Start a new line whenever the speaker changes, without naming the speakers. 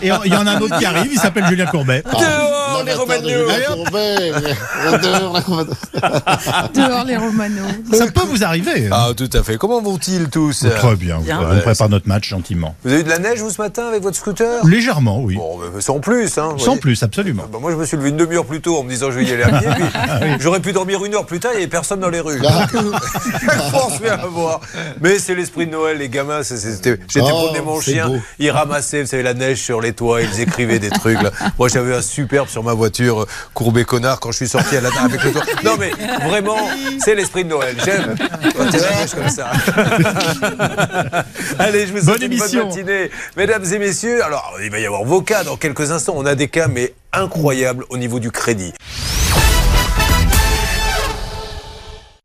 Et il y en a un autre qui arrive, il s'appelle Julien Courbet.
Dehors les
L'avatar de
Romagnols
Julien Courbet. Dehors, la Romagnols.
Dehors les Romano.
Ça peut vous arriver.
Ah, tout à fait. Comment vont-ils tous
Très bien.
Bien.
On prépare notre match gentiment.
Vous avez eu de la neige, vous, ce matin, avec votre scooter
Légèrement, oui.
Bon, bah, sans plus, hein. vous
Sans
voyez.
plus, absolument.
Bah, moi, je me suis levé une demi-heure plus tôt en me disant je vais y aller à pied. puis
Ah,
J'aurais pu dormir une heure plus tard, il n'y avait personne dans les rues. euh, On se fait avoir. Mais c'est l'esprit de Noël, les gamins. c'est- c'était-
Ah,
J'étais
Oh,
promener mon
c'est
chien.
beau.
Ils ramassaient, vous savez, la neige sur les toits, ils écrivaient des trucs. là. Moi, j'avais un superbe sur ma voiture, euh, courbé connard, quand je suis sorti à la avec le toit. Non, mais vraiment, c'est l'esprit de Noël. J'aime quand il y a la neige comme ça. Allez, je vous
Bonne
souhaite une
émission.
bonne matinée. Mesdames et messieurs, alors, il va y avoir vos cas dans quelques instants. On a des cas, mais incroyables au niveau du crédit.